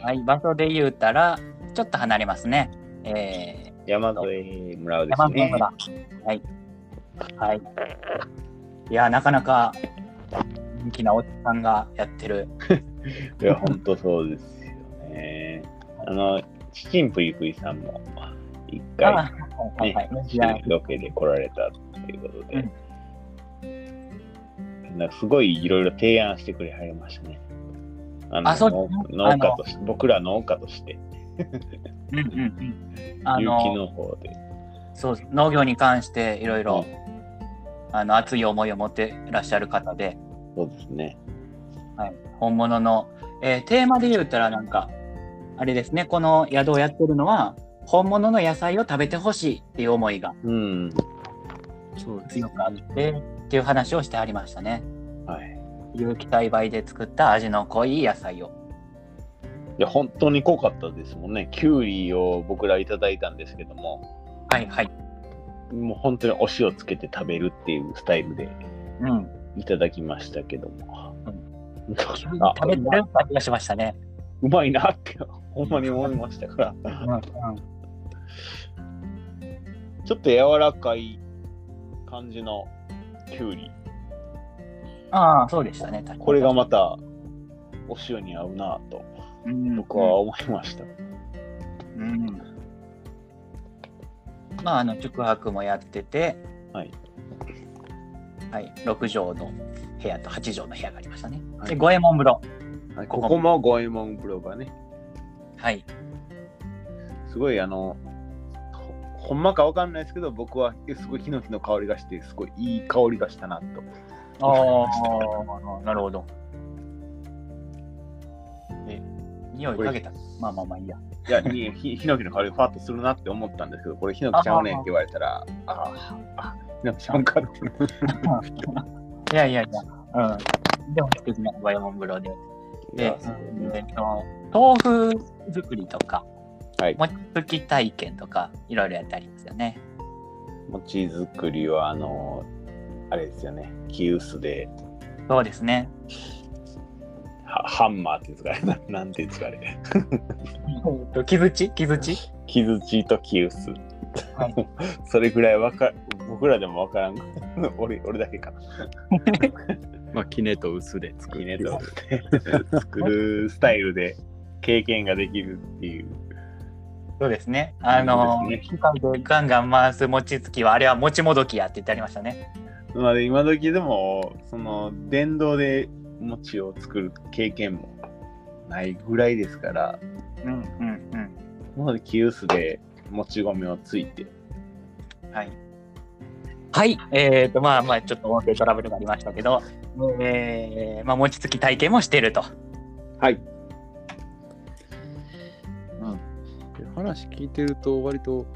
[SPEAKER 1] はい、場所で言うたら、ちょっと離れますね。え
[SPEAKER 3] 山添村
[SPEAKER 1] ー、
[SPEAKER 3] です
[SPEAKER 1] 山
[SPEAKER 3] ね
[SPEAKER 1] 添。村。はい。はい。いや、なかなか人気なおっさんがやってる。
[SPEAKER 3] いや、本当そうですよね。あの、チチンプイプイさんも、一
[SPEAKER 1] あ
[SPEAKER 3] 回、
[SPEAKER 1] はいはいはい。いや
[SPEAKER 3] ロケで来られたっていうことで、
[SPEAKER 1] う
[SPEAKER 3] なんかすごいいろいろ提案してくれはりましたね。あの
[SPEAKER 1] あそう
[SPEAKER 3] 農
[SPEAKER 1] あの
[SPEAKER 3] 農家として、僕ら農家として、
[SPEAKER 1] うんうんうん。あ
[SPEAKER 3] 有機
[SPEAKER 1] の、
[SPEAKER 3] 農法で。
[SPEAKER 1] そう農業に関していろいろあの熱い思いを持っていらっしゃる方で、
[SPEAKER 3] そうですね。
[SPEAKER 1] はい、本物の、えーテーマで言ったらなんかあれですねこの宿をやってるのは本物の野菜を食べてほしいっていう思いが
[SPEAKER 3] うん。
[SPEAKER 2] そうです
[SPEAKER 1] 強くあってっていう話をしてありましたね
[SPEAKER 3] はい。
[SPEAKER 1] 有機栽培で作った味の濃い野菜を
[SPEAKER 3] いや、本当に濃かったですもんね。キュウリを僕らいただいたんですけども、
[SPEAKER 1] はいはい
[SPEAKER 3] もう本当にお塩つけて食べるっていうスタイルで
[SPEAKER 1] うん
[SPEAKER 3] いただきましたけども。
[SPEAKER 1] う
[SPEAKER 3] あ
[SPEAKER 1] 食べてる感じがしましたね、
[SPEAKER 3] うまいなってほんまに思いましたから
[SPEAKER 1] うんうん、
[SPEAKER 3] ちょっと柔らかい感じのきゅうり
[SPEAKER 1] ああそうでしたね確かに
[SPEAKER 3] これがまたお塩に合うなと
[SPEAKER 1] うん
[SPEAKER 3] 僕は思いました、
[SPEAKER 1] うんまあ、あの宿泊もやってて、
[SPEAKER 3] はい
[SPEAKER 1] はい、6畳の部屋と8畳の部屋がありましたね。
[SPEAKER 3] はい
[SPEAKER 1] で、五右衛門風呂。
[SPEAKER 3] はいここも五右衛門風呂がね
[SPEAKER 1] はい。
[SPEAKER 3] すごいあのほほんまかわかんないですけど僕はすごいヒノキの香りがしてすごいいい香りがしたなと
[SPEAKER 1] ああ、なるほど。え、匂いかけた。まあまあまあいいや。
[SPEAKER 3] いやにひヒノキの香りがファッとするなって思ったんですけどこれヒノキちゃうねんって言われたらあああヒノキちゃうんかって
[SPEAKER 1] いやいやいや。うん。でも素敵な五右衛門風呂で。
[SPEAKER 3] い
[SPEAKER 1] で
[SPEAKER 3] やすごい、
[SPEAKER 1] え
[SPEAKER 3] ね
[SPEAKER 1] っと豆腐作りとか、
[SPEAKER 3] はい
[SPEAKER 1] 餅つき体験とか、いろいろやってありますよね。
[SPEAKER 3] 餅作りはあのあれですよね清須で
[SPEAKER 1] そうですね。
[SPEAKER 3] はハンマーっていうんですかね なんていうんですかね
[SPEAKER 1] えっと木槌木槌
[SPEAKER 3] 木槌と清須、
[SPEAKER 1] は
[SPEAKER 3] それぐらいわか僕らでもわからん 俺俺だけかな
[SPEAKER 2] まあ、キネと薄で作
[SPEAKER 3] いい
[SPEAKER 2] る。
[SPEAKER 3] ねと思って作るスタイルで経験ができるっていう
[SPEAKER 1] そうですね。あの
[SPEAKER 3] そう
[SPEAKER 1] ー、
[SPEAKER 3] です
[SPEAKER 1] 機械でガンガン回す餅つきは、あれは餅もどきやって言ってありましたね。
[SPEAKER 3] まあ今時でもその電動で餅を作る経験もないぐらいですから
[SPEAKER 1] うんうん
[SPEAKER 3] なので清須でもち米をついて
[SPEAKER 1] うん。はい。はい。えっ、と、まあまあ、ちょっと音声トラブルがありましたけど、えー、まあ、餅つき体験もしてると。
[SPEAKER 3] はい
[SPEAKER 2] で話聞いてると、割と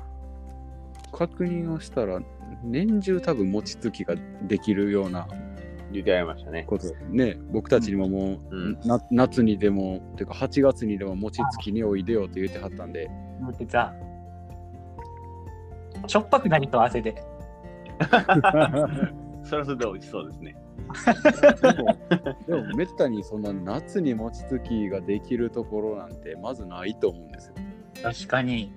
[SPEAKER 2] 確認をしたら、年中多分餅つきができるような
[SPEAKER 3] 言ってありましたね
[SPEAKER 2] こと、ね、僕たちにももう、
[SPEAKER 3] うん
[SPEAKER 2] な夏にでも、てか8月にでも餅つきにおいでよって言ってはった んで、
[SPEAKER 1] 言ってた。しょっぱくなりと汗で。
[SPEAKER 3] それはそれで美味しそうですね。
[SPEAKER 2] でもめったにそんな夏に餅つきができるところなんてまずないと思うんですよ。
[SPEAKER 1] 確かに。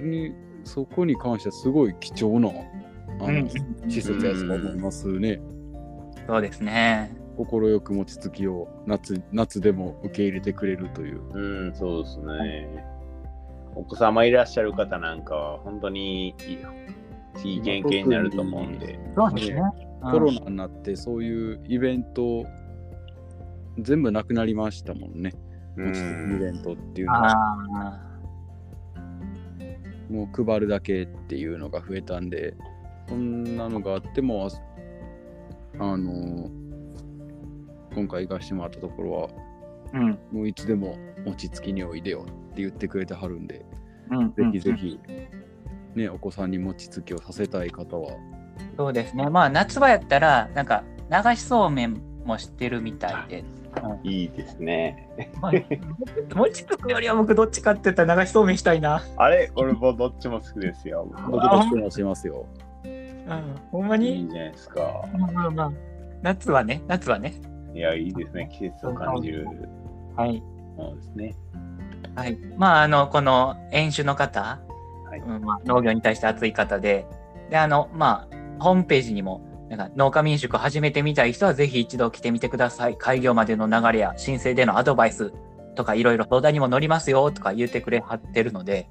[SPEAKER 2] にそこに関してはすごい貴重なあの、
[SPEAKER 1] うん
[SPEAKER 2] 施設やと思いますね。
[SPEAKER 1] そうですね。
[SPEAKER 2] 心よく餅つきを夏夏でも受け入れてくれるという。
[SPEAKER 3] うん、そうですね。お子様いらっしゃる方なんかは、本当にいいいい経験になると思うんで。
[SPEAKER 1] そうですね。
[SPEAKER 2] コロナになってそういうイベント全部なくなりましたもんね。
[SPEAKER 3] う
[SPEAKER 2] 餅つきイ
[SPEAKER 3] ん、
[SPEAKER 2] ベントっていう
[SPEAKER 1] うん
[SPEAKER 2] のは
[SPEAKER 1] あ
[SPEAKER 2] もう配るだけっていうのが増えたんでそんなのがあってもああの今回行かしてもらったところは
[SPEAKER 1] あ。うん。
[SPEAKER 2] もういつでも餅つきにおいでよって言ってくれてはるんで
[SPEAKER 1] うん
[SPEAKER 2] ぜひぜ
[SPEAKER 1] うん
[SPEAKER 2] ひ、ね、お子さんに餅つきをさせたい方は、
[SPEAKER 1] うんそうですねまあ夏場やったらなんか流しそうめんもしてるみたいで、
[SPEAKER 3] いいですね。
[SPEAKER 1] まあ、 餅つくよりは僕どっちかって言ったら流しそうめんしたいな、
[SPEAKER 3] あれ俺もどっちも好きですよ。
[SPEAKER 2] 僕としてもしますよ。
[SPEAKER 1] うん、ほんま
[SPEAKER 3] いい
[SPEAKER 1] に
[SPEAKER 3] んじゃないですか。
[SPEAKER 1] まあまあまあ夏はね夏はね
[SPEAKER 3] いや、いいですね。季節を感じる
[SPEAKER 1] はい
[SPEAKER 3] ものですね。
[SPEAKER 1] はい、まああのこの演習の方、
[SPEAKER 3] はい
[SPEAKER 1] うんまあ、農業に対して熱い方でであの、まあ、ホームページにもなんか農家民宿始めてみたい人はぜひ一度来てみてください開業までの流れや申請でのアドバイスとかいろいろ相談にも乗りますよとか言ってくれはってるので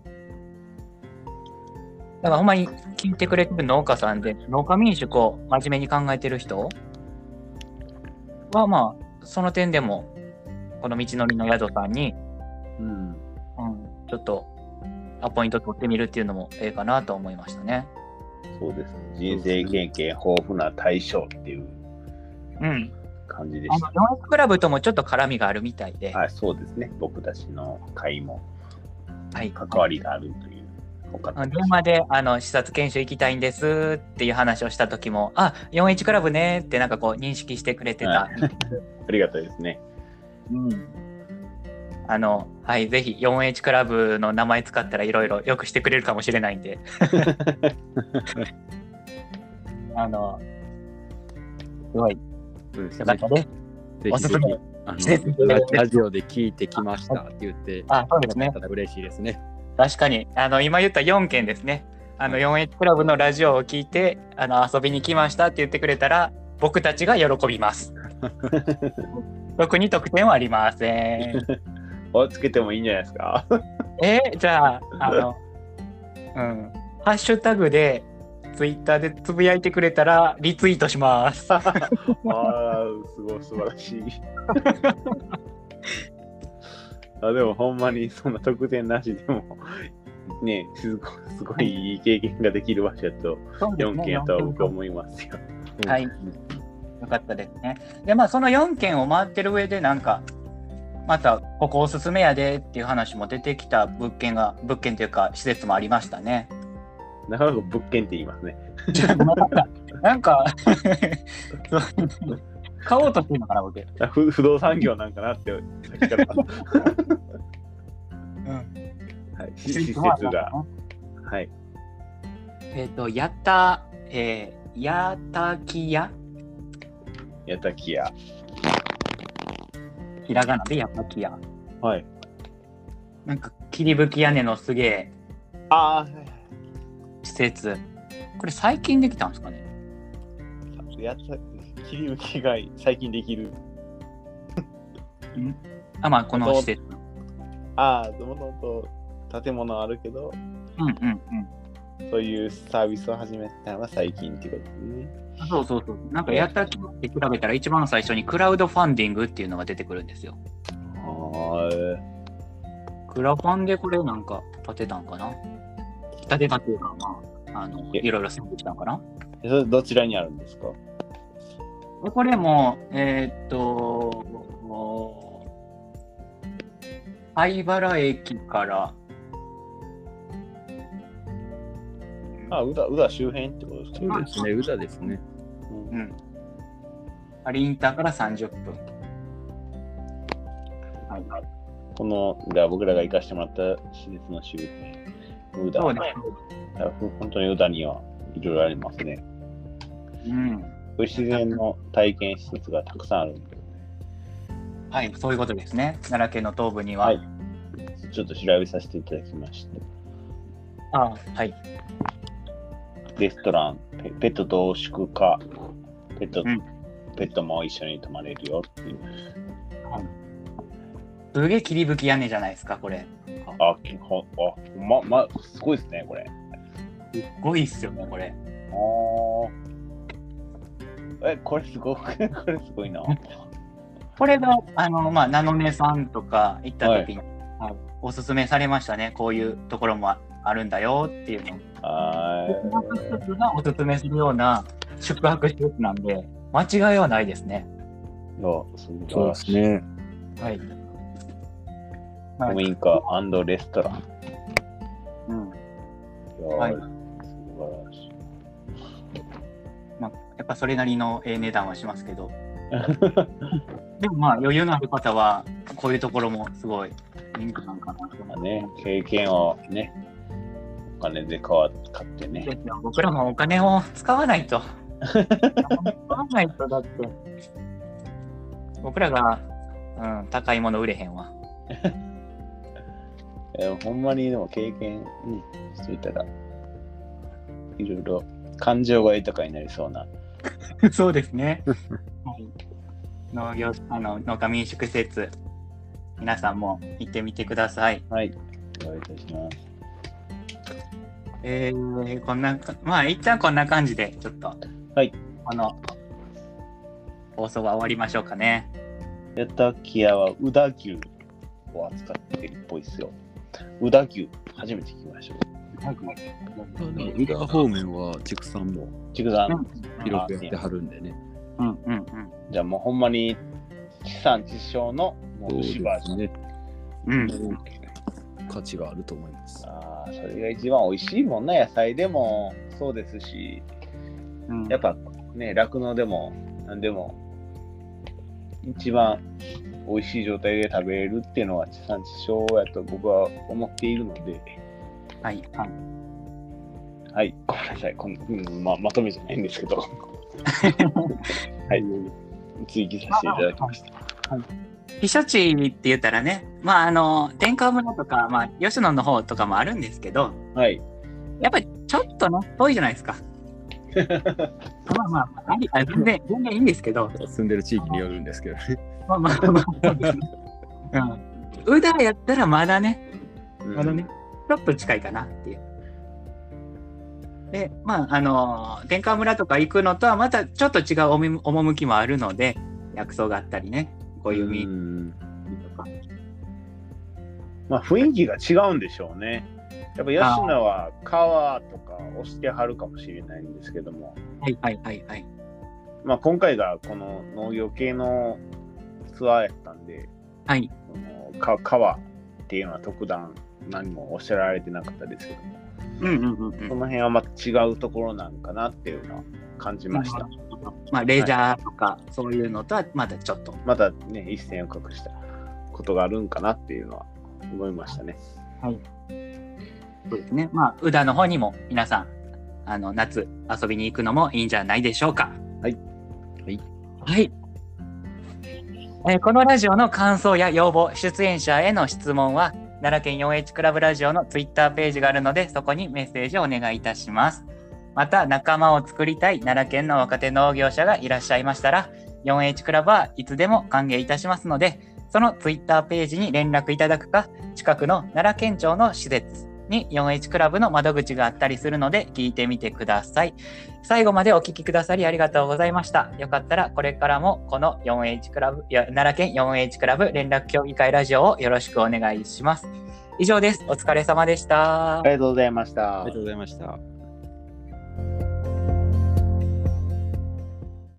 [SPEAKER 1] だからほんまに聞いてくれてる農家さんで農家民宿を真面目に考えてる人はまあその点でもこの道のりの宿さんに
[SPEAKER 2] うん、
[SPEAKER 1] うん、ちょっとアポイント取ってみるっていうのもええかなと思いましたね。
[SPEAKER 3] そうですね。人生経験豊富な対象っていう
[SPEAKER 1] うん。
[SPEAKER 3] 感じで
[SPEAKER 1] あ
[SPEAKER 3] し
[SPEAKER 1] の、ヨガクラブともちょっと絡みがあるみたいで、
[SPEAKER 3] た。はい、そうですね。僕たちの会も
[SPEAKER 1] はい。
[SPEAKER 3] 関わりがあるという。お方
[SPEAKER 1] あの
[SPEAKER 3] で
[SPEAKER 1] 電
[SPEAKER 3] す
[SPEAKER 1] 話であの視察研修行きたいんですっていう話をした時も、あ、41クラブねってなんかこう認識してくれてた。
[SPEAKER 3] はありがたいですね。
[SPEAKER 1] うん。あの、はい、ぜひ 4H クラブの名前使ったらいろいろよくしてくれるかもしれないんで。 あの、すごい
[SPEAKER 2] そうです
[SPEAKER 1] よ
[SPEAKER 2] ね
[SPEAKER 1] かったです。
[SPEAKER 2] ぜ
[SPEAKER 1] お
[SPEAKER 2] ひ
[SPEAKER 1] す
[SPEAKER 2] ぜ
[SPEAKER 1] すめ
[SPEAKER 2] ひあのララジオで聞いてきましたって言って、
[SPEAKER 1] あ、そうですね。
[SPEAKER 2] たら嬉しいですね。
[SPEAKER 1] 確かにあの今言った4件ですねあの 4H クラブのラジオを聞いてあの遊びに来ましたって言ってくれたら僕たちが喜びます特に特典はありません
[SPEAKER 3] をつけてもいいんじゃないですか。
[SPEAKER 1] えーじゃああのうんハッシュタグでツイッターでつぶやいてくれたらリツイートします
[SPEAKER 3] ああ、すごい素晴らしい。 あでもほんまにそんな特典なしでもねすごすごいいい経験ができる場所だと4件やとは僕は思いますよ。
[SPEAKER 1] はいよかったですね。で、まあ、その4件を回ってる上で、なんか、また、ここおすすめやでっていう話も出てきた物件が、物件というか、施設もありました ね。
[SPEAKER 3] なかなか物件って言いますね。
[SPEAKER 1] ちょっとごめんなさいなんか、そう買おうとしてるのかな、僕。う
[SPEAKER 3] あ不不動産業なんかなってさっき から
[SPEAKER 1] ん。
[SPEAKER 3] はい、し 施設が。はい、
[SPEAKER 1] えっ、と、やった、えー、やたきや、
[SPEAKER 3] やたきや。
[SPEAKER 1] ひらがなでやたきや。
[SPEAKER 3] はい。
[SPEAKER 1] なんか、切り吹き屋根のすげえ
[SPEAKER 3] あ
[SPEAKER 1] 施設。これ、最近できたんですかね
[SPEAKER 3] あ、やた切り抜きが最近できる。
[SPEAKER 1] あ、まあ、この施設。
[SPEAKER 3] ああ、もともと建物あるけど、
[SPEAKER 1] うんうんうん。
[SPEAKER 3] そういうサービスを始めたのが最近っていうことですね。
[SPEAKER 1] そうそうそう。なんかやったきって調べたら一番最初にクラウドファンディングっていうのが出てくるんですよ。
[SPEAKER 3] は
[SPEAKER 1] クラファンでこれなんか立てたんかな立てたっていうかまあ、あの、
[SPEAKER 3] え
[SPEAKER 1] いろいろ進んできたんかな
[SPEAKER 3] それどちらにあるんですか
[SPEAKER 1] でこれも、えーっと、灰原駅から、
[SPEAKER 3] あ、宇田、宇田周辺ってことです
[SPEAKER 2] そ
[SPEAKER 3] か
[SPEAKER 2] うですね、歌ですね。
[SPEAKER 3] うん
[SPEAKER 1] うん。パリインターから30分。はい。
[SPEAKER 3] この、じゃあ僕らが行かしてもらった施設の周辺。宇田。
[SPEAKER 1] そうね。
[SPEAKER 3] あほ本当に宇田にはいろいろありますね。
[SPEAKER 1] うん。
[SPEAKER 3] 不自然の体験施設がたくさんあるんで、
[SPEAKER 1] はい、そういうことですね。奈良県の東部には。
[SPEAKER 3] はいちょっと調べさせていただきました。
[SPEAKER 1] あはい。
[SPEAKER 3] レストラン、ペペットと同宿か、ペット、
[SPEAKER 1] うん
[SPEAKER 3] ペットも一緒に泊まれるよっていう。
[SPEAKER 1] すげえ切り吹き屋根じゃないですか、これ。
[SPEAKER 3] あ、きほあま、ま、すごいですね、これ。
[SPEAKER 1] すっごいっすよね、これ。
[SPEAKER 3] ああ。え、これすごく、 これすごいな。
[SPEAKER 1] これが、あの、まあ、ナノネさんとか行った時に、あのおすすめされましたね。こういうところもああるんだよっていうの。
[SPEAKER 3] は
[SPEAKER 1] 宿泊施設がおすすめするような宿泊施設なんで、間違いはないですね。
[SPEAKER 3] い。の、すごい。
[SPEAKER 2] ね。
[SPEAKER 1] はい。
[SPEAKER 3] 古民家レストラン。はい
[SPEAKER 4] い。
[SPEAKER 3] 素晴らしい。
[SPEAKER 4] まあ、やっぱそれなりのええ値段はしますけ ど。でもまあ余裕のある方はこういうところもすごい人気なんかなと思います
[SPEAKER 3] ね、経験をね、お金で買わ買ってね。
[SPEAKER 1] 僕らもお金を使わな いと。使わないとだって。僕らが、うん、高いもの売れへんわ。
[SPEAKER 3] えーほんまにでも経験ね、していたら、いろいろ感情が豊かになりそうな。
[SPEAKER 4] そうですね。はい農業あの農家民宿施設皆さんも行ってみてください。
[SPEAKER 3] はい、お願いいたします。
[SPEAKER 4] えー、こんなかまあ一旦こんな感じでちょっと
[SPEAKER 3] はい
[SPEAKER 4] この放送は終わりましょうかね。
[SPEAKER 3] ヤタキヤは宇田牛を扱ってるっぽいですよ。宇田牛、初めて聞きました。
[SPEAKER 2] 宇田方面は畜産も
[SPEAKER 3] 畜産、
[SPEAKER 2] 広くやってはるんでね。
[SPEAKER 4] うんうんうん
[SPEAKER 3] じゃあもうほんまに地産地消のも
[SPEAKER 2] そう
[SPEAKER 3] う
[SPEAKER 2] で
[SPEAKER 3] 牛バージョ
[SPEAKER 2] す
[SPEAKER 3] ン。
[SPEAKER 2] ね。
[SPEAKER 4] うん
[SPEAKER 2] 価値があると思います。
[SPEAKER 3] ああ、それが一番美味しいもんな、野菜でもそうですし、
[SPEAKER 4] うん
[SPEAKER 3] やっぱね、酪農でも何でも、一番美味しい状態で食べれるっていうのは地産地消やと僕は思っているので、
[SPEAKER 4] はい はい
[SPEAKER 3] はい、ごめんなさい、こんうんまあ、まとめじゃないんですけど、はい、追記させていただきました。
[SPEAKER 4] 避暑地って言ったらね、まああの天川村とか、まあ、吉野の方とかもあるんですけど
[SPEAKER 3] はい、
[SPEAKER 4] やっぱりちょっとね遠いじゃないですか。まあまあまあありあ全然全然いいんですけど、
[SPEAKER 2] 住んでる地域によるんですけどね。
[SPEAKER 4] まあまあまあそうですね。うん。宇田やったらまだね、
[SPEAKER 3] うん
[SPEAKER 4] まだね、ちょっと近いかなっていう。で、まあ、あの天川村とか行くのとはまたちょっと違うおみ趣もあるので、薬草があったりね、こういう
[SPEAKER 3] う
[SPEAKER 4] 海
[SPEAKER 3] ん
[SPEAKER 4] とか。
[SPEAKER 3] まあ、雰囲気が違うんでしょうね。やっぱ吉野は川とかをしてはるかもしれないんですけども、
[SPEAKER 4] はいはいはいはい。
[SPEAKER 3] まあ、今回がこの農業系のツアーやったんで、
[SPEAKER 4] はい
[SPEAKER 3] そのか川っていうのは特段何もおっしゃられてなかったですけども
[SPEAKER 4] うんうんうんうん
[SPEAKER 3] そ。の辺はまた違うところなんかなっていうのは感じました、
[SPEAKER 4] まあ、レジャーとか、そういうのとはまだちょっと。
[SPEAKER 3] またね一線を画したことがあるんかなっていうのは思いましたね
[SPEAKER 4] そうですね。まあ、宇田の方にも皆さん、あの、夏遊びに行くのもいいんじゃないでしょうか。
[SPEAKER 3] はい。
[SPEAKER 2] はい。
[SPEAKER 4] はい。
[SPEAKER 1] えーこのラジオの感想や要望、出演者への質問は、奈良県 4H クラブラジオのツイッターページがあるので、そこにメッセージをお願いいたします。また、仲間を作りたい奈良県の若手農業者がいらっしゃいましたら、4H クラブはいつでも歓迎いたしますので、そのツイッターページに連絡いただくか、近くの奈良県庁の施設に 4H クラブの窓口があったりするので、聞いてみてください。最後までお聞きくださりありがとうございました。よかったらこれからもこの 4H クラブ、いや奈良県 4H クラブ連絡協議会ラジオをよろしくお願いします。以上です。お疲れ様でした。
[SPEAKER 3] ありがとうございました
[SPEAKER 2] とうございました。